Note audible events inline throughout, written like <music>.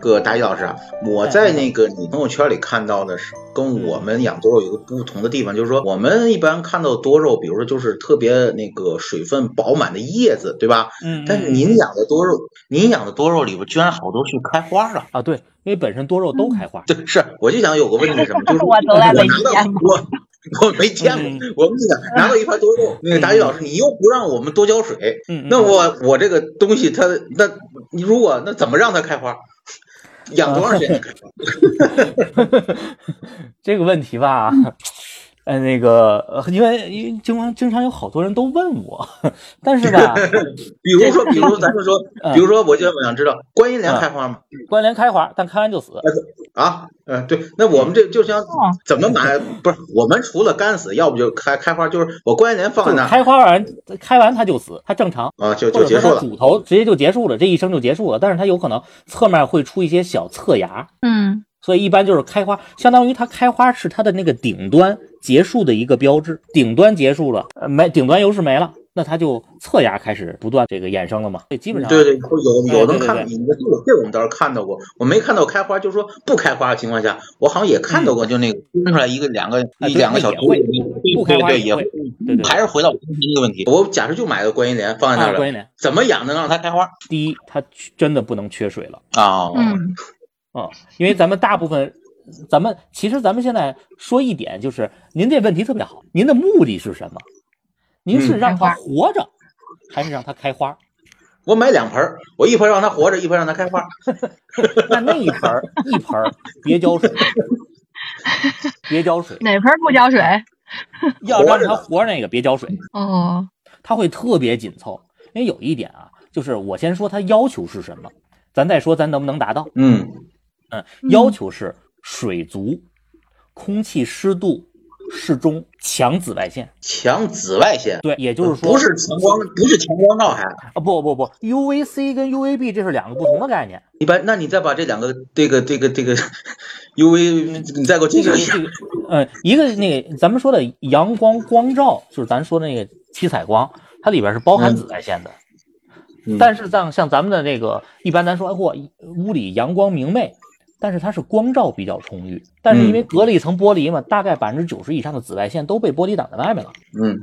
个大一老师啊，我哎在那个你朋友圈里看到的是，跟嗯我们养多肉有一个不同的地方，就是说我们一般看到多肉，比如说就是特别那个水分饱满的叶子，对吧？嗯，但是您养的多肉，您养的多肉里边居然好多是开花了。啊，对，因为本身多肉都开花，嗯对，是，我就想有个问题是什 <laughs> 么，就是我从来没拿到见嗯过。我我没见过， <laughs> 我们想拿到一盘多肉，那个大一老师，你又不让我们多浇水，嗯，那我我这个东西它那你如果那怎么让它开花？养多长时 <laughs> 间？这个问题吧，嗯呃，那个，呃因为因为经常经常有好多人都问我，但 <laughs> 是吧，比如说，比如说咱们说， <laughs> 嗯比如说，我就想知道关于莲嗯开花吗？关联开花，但开完就死。啊，嗯，对，那我们这就哦像怎么买？不是我们除了干死，要不就开开花，就是我关于莲放就在是那儿开花完，开完它就死，它正常，啊，就或就者结束说它了。主头直接就结束了，这一生就结束了。但是它有可能侧面会出一些小侧芽，嗯，所以一般就是开花，相当于它开花是它的那个顶端结束的一个标志，顶端结束了，呃，没顶端油是没了，那它就侧芽开始不断这个衍生了嘛，所以基本上哎对对，有有能对对看，对你的这个这个我们倒是看到过，我没看到开花，就是说不开花的情况下，我好像也看到过，就那个分出来一个两个嗯啊一对两个那小也株会子，对不开花对也也会，嗯对对，还是回到我刚才那个问题，我假设就买个观音莲放在那啊，儿关了，键点，怎么养能让它开花？第一，它真的不能缺水了。啊，嗯，啊，因为咱们大部分，咱们其实咱们现在说一点，就是您这问题特别好，您的目的是什么？您是嗯让它开花活着，还是让它开花？我买两盆儿，我一盆儿让它活着，一盆儿让它开花。那那一盆儿一盆儿，别浇水，别浇水，哪盆不浇水？要活让着它呢活着那个别浇水，哦，它会特别紧凑。因为有一点啊，就是我先说它要求是什么，咱再说咱能不能达到。嗯嗯，要求是水足，空气湿度适中，强紫外线。，强紫外线，对，也就是说不是强光，不是强光照还啊，不不不，UVC 跟 UVB 这是两个不同的概念。一般。那你再把这两个这个这个这个 <laughs> UV，你再给我介这绍个一下这个，嗯，一个那个咱们说的阳光光照，就是咱说的那个七彩光，它里边是包含紫外线的。嗯但是像像咱们的这个，一般咱说，哎嚯，屋里阳光明媚，但是它是光照比较充裕，但是因为隔了一层玻璃嘛，大概百分之九十以上的紫外线都被玻璃挡在外面了。嗯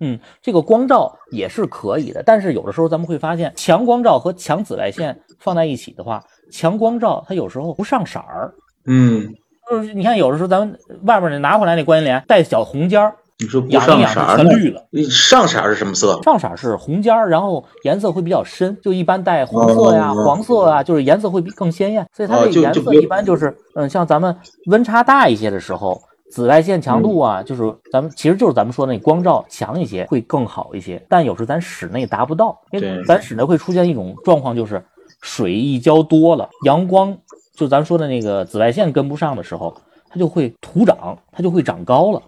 嗯，这个光照也是可以的，但是有的时候咱们会发现，强光照和强紫外线放在一起的话，强光照它有时候不上色儿。嗯，就是你看，有的时候咱们外面那拿回来那观音莲带小红尖儿，你说不养一上养色就儿全呢？绿了。上色儿是什么色？上色儿是红尖儿，然后颜色会比较深，就一般带红色呀、哦黄色啊，就是颜色会比更鲜艳。所以它哦这就个颜就色比如一般就是，嗯，像咱们温差大一些的时候，紫外线强度啊，就是咱们其实就是咱们说那光照强一些会更好一些。但有时候咱室内达不到，因为对咱室内会出现一种状况，就是水一浇多了，阳光就咱说的那个紫外线跟不上的时候，它就会徒长，它就会长高了。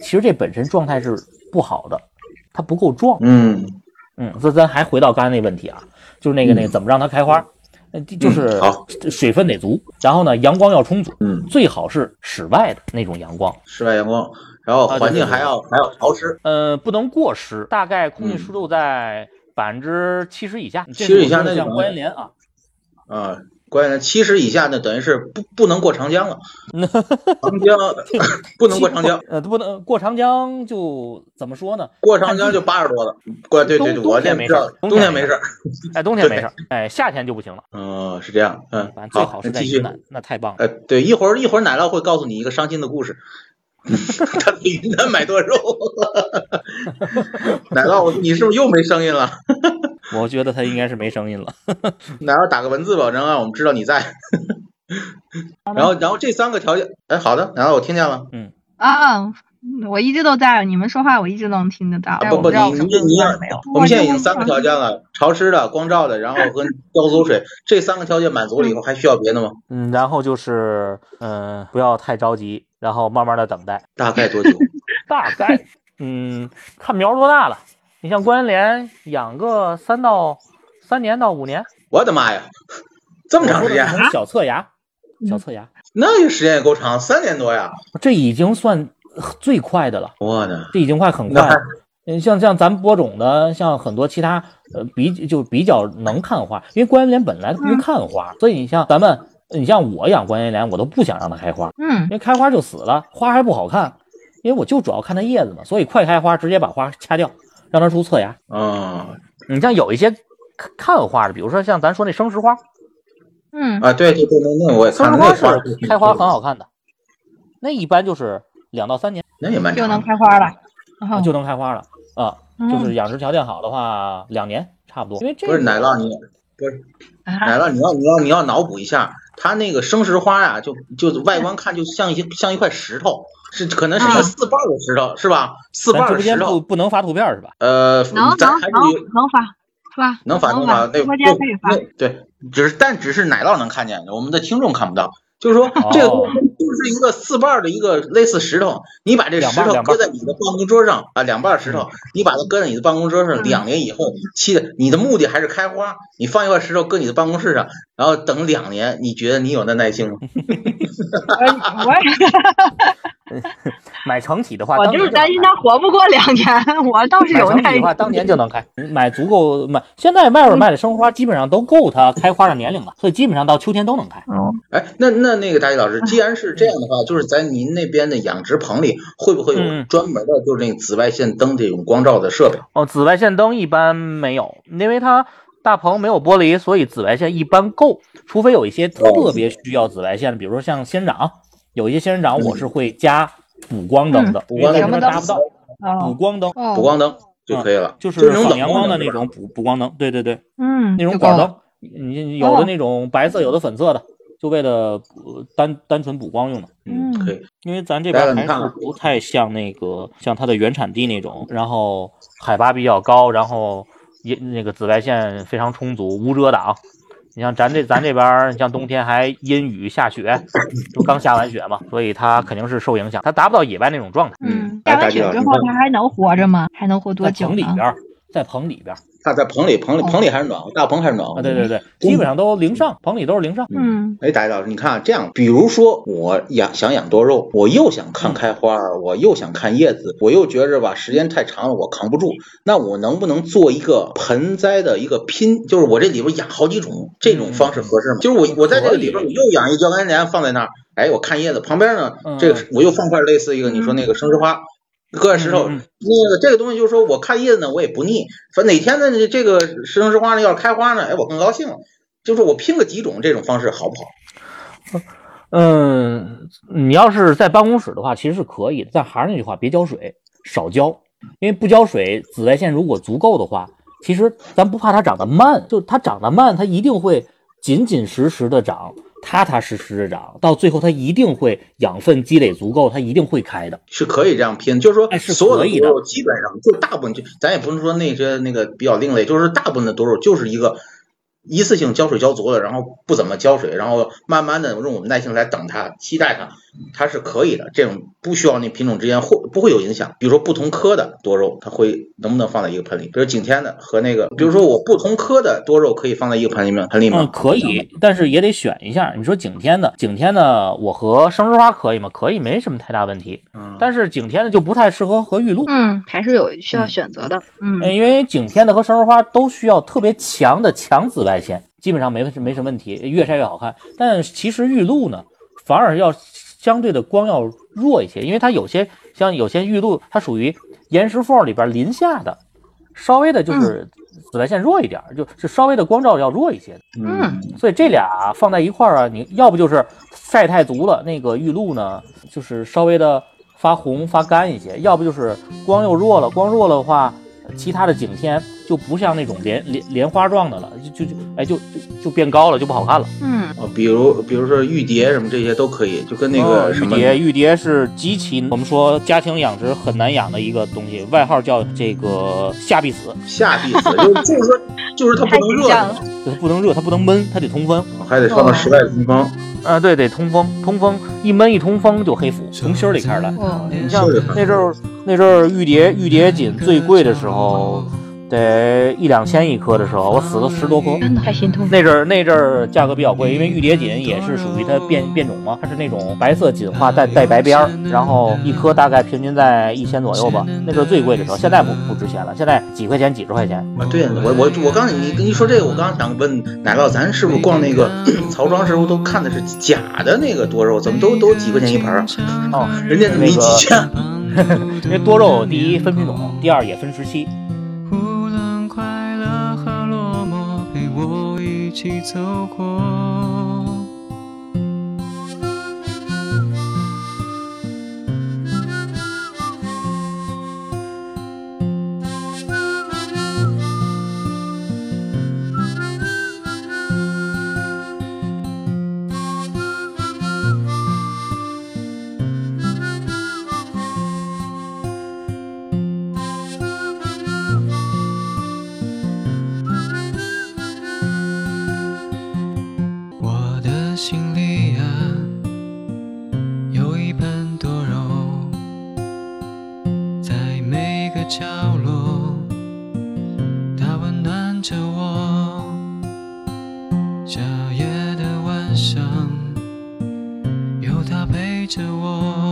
其实这本身状态是不好的，它不够壮。嗯，嗯，所以咱还回到刚才那问题啊，就是那个那个怎么让它开花，呃就就是嗯好水分得足，然后呢阳光要充足，嗯，最好是室外的那种阳光，室外阳光，然后环境还要还要潮湿，呃，不能过湿，大概空气嗯湿度在百分之七十以下，这70是以下我说的那像种关联啊，啊。关键七十以下呢，等于是不不能过长江了，长江 <laughs> 不能过长江，呃，不能过长江就怎么说呢？过长江就八十多了。过对对对，冬我冬天这没知道事，儿冬天没事儿。哎，冬天没事儿，哎，夏天就不行了，嗯，是这样，嗯，反正最好好是在继续云南，那太棒了。呃，对，一会儿一会儿奶酪会告诉你一个伤心的故事， <laughs> 他在云南买多肉。奶酪，你是不是又没声音了？我觉得它应该是没声音了。奶酪打个文字保证让我们知道你在。哦然后，然后这三个条件，哎，好的，奶酪我听见了。啊，嗯我一直都在，你们说话我一直能听得到。但不我啊不，知道我你什么你你时候要没有，。我们现在已经三个条条件了：潮湿的、光照的，然后和江苏水，这三个条件满足了以后，还需要别的吗？嗯，然后就是嗯、不要太着急，然后慢慢的等待。大概多久？大概嗯，看苗儿多大了。你像关联养个三到三年到五年，我的妈呀，这么长时 <laughs> 我说的是间，那种小侧芽，小侧芽，那个时间也够长，三年多呀！这已经算最快的了。我的，这已经快很快了。嗯，像像咱们播种的，像很多其他呃比就比较能看花，因为关元莲本来它不看花，所以你像咱们，你像我养关元莲，我都不想让它开花，嗯因，为开花就死了，花还不好看，因为我就主要看它叶子嘛，所以快开花直接把花掐掉，让它出侧芽。嗯你像有一些看看花的，比如说像咱说那生石花，嗯啊，对对对，那那我也生看了，那石花花是开花很，好看的，那一般就是两到三年那也蛮就长能的。开花了。然后就能开花了啊，就哦嗯是养殖条件好的话，两年差不多，因为这不是个奶酪，你啊奶酪，你要你要你要脑补一下，它那个生石花呀，就就外观看就像一些像一块石头，是可能是啊个四瓣儿的石头，是吧？四瓣咱直儿的播间石不头，不能发图片是吧？呃，能咱能还是能有能发发能反能正发，吧，那直播间可以发那。对，只是但只是奶酪能看见，我们的听众看不到。就是说，哦这个东西就是一个四瓣儿的一个类似石头，你把这两石瓣儿头两搁瓣儿嗯在你的办公桌上啊，两瓣儿石头，你把它搁在你的办公桌上，嗯两年以后，期待你的目的还是开花，你放一块石头搁你的办公室上，然后等两年，你觉得你有那耐性吗？我我也买成体的话，我当就年是担心能它活不过两年，我倒是开有买成嗯耐体的话，心。当年就能开。买足够买，现在外边卖的生花基本上都够它开花的年龄了，所以基本上到秋天都能开。哦哎，那那那个大一老师，既然是这样的话，就是在您那边的养殖棚里，会不会有嗯专门的，就是那个紫外线灯这种光照的设备？哦，紫外线灯一般没有，因为它大棚没有玻璃，所以紫外线一般够，除非有一些特别需要紫外线的，比如说像仙人掌，有一些仙人掌我是会加补光灯的，嗯因补为在这光灯边达不到补哦光灯，哦，补嗯光灯就可以了，就是那种反冷阳光的灯那种补补光灯。对对对。嗯，那种就够管了。灯，你有的那种白色，有的粉色的，就为了呃单单纯补光用的。嗯，嗯可以。因为咱这来了边你还看看是不太像那个像它的原产地那种，然后海拔比较高，然后也那个紫外线非常充足，无遮挡。你像咱这咱这边儿，你像冬天还阴雨下雪，就刚下完雪嘛，所以它肯定是受影响，它达不到野外那种状态。嗯嗯，下哎大完姐雪之你后看它还能活着吗？还能活多在久啊棚里呢边？儿，在棚里边儿他在棚里，棚里哦棚里还是暖和，大棚还是暖和。啊，对对对，嗯基本上都零上，棚里都是零上。嗯哎，大家老师，你看啊这样，比如说我养想养多肉，我又想看开花儿，我又想看叶子，我又觉着吧时间太长了，我扛不住。那我能不能做一个盆栽的一个拼，就是我这里边养好几种，这种方式合适吗？嗯就是我我在这个里边，我又养一焦干莲放在那儿，哎，我看叶子，旁边呢，嗯这个我又放块类似一个你说那个生石花，搁在石头，嗯嗯那个这个东西就是说，我看叶子呢，我也不腻。反正哪天呢，这个石生石花呢要是开花呢，哎，我更高兴了。就是我拼个几种这种方式好不好？嗯，你要是在办公室的话，其实是可以的，但还是那句话，别浇水，少浇，因为不浇水，紫外线如果足够的话，其实咱不怕它长得慢，就它长得慢，它一定会紧紧实实的长，踏踏实实的长，到最后它一定会养分积累足够，它一定会开的。是可以这样拼，就是说哎是所有可的以多的肉基本上就大部分就，咱也不能说那些那个比较另类，就是大部分的多肉就是一个一次性浇水浇足了，然后不怎么浇水，然后慢慢的用我们耐心来等它，期待它，它是可以的。这种不需要那品种之间会不会有影响？比如说不同科的多肉，它会能不能放在一个盆里？比如景天的和那个，比如说我不同科的多肉可以放在一个盆里面盆里嗯，吗？可以，但是也得选一下。你说景天的，景天的，我和生日花可以吗？可以，没什么太大问题。嗯但是景天的就不太适合和玉露。嗯，还是有需要嗯选择的。嗯哎嗯，因为景天的和生日花都需要特别强的强紫外线，基本上没没什么问题，越晒越好看。但其实玉露呢，反而要相对的光要弱一些，因为它有些像有些玉露，它属于岩石缝里边临下的，稍微的嗯就是紫外线弱一点，就就稍微的光照要弱一些。嗯所以这俩放在一块儿啊，你要不就是晒太足了，那个玉露呢，就是稍微的发红发干一些；要不就是光又弱了，光弱了的话，其他的景天就不像那种莲莲莲花状的了，就就就哎就就就变高了，就不好看了。嗯哦，比如比如说玉蝶什么这些都可以，就跟那哦个什玉么，蝶，玉蝶是极其我们说家庭养殖很难养的一个东西，外号叫这个下必死，下必死，就就是说就是它不能热太紧张的，就是不能热，它不能闷，它得通风。还得穿到室外的通风。啊，对，得通风，通风一闷一通风就黑腹，从心儿里开始来。哦，你像是的那阵儿，那阵儿玉蝶玉蝶锦最贵的时候，得一两千一颗的时候，我死了十多颗。真的太心痛。那阵儿那阵儿价格比较贵，因为玉蝶锦也是属于它变变种嘛，它是那种白色锦花带带白边儿，然后一颗大概平均在一千左右吧，那阵儿最贵的时候，现在不不值钱了，现在几块钱几十块钱。啊，对呀，我我我刚你跟你说这个，我刚想问奶酪，咱是不是逛那个 <clears throat> 曹庄时候都看的是假的那个多肉，怎么都都几块钱一盘儿啊？哦，人家没几千，因为多肉第一分品种，第二也分时期。无论快乐和落寞，陪我一起走过。我的心里啊，有一盆多肉，在每个角落，它温暖着我。夏夜的晚上，有它陪着我。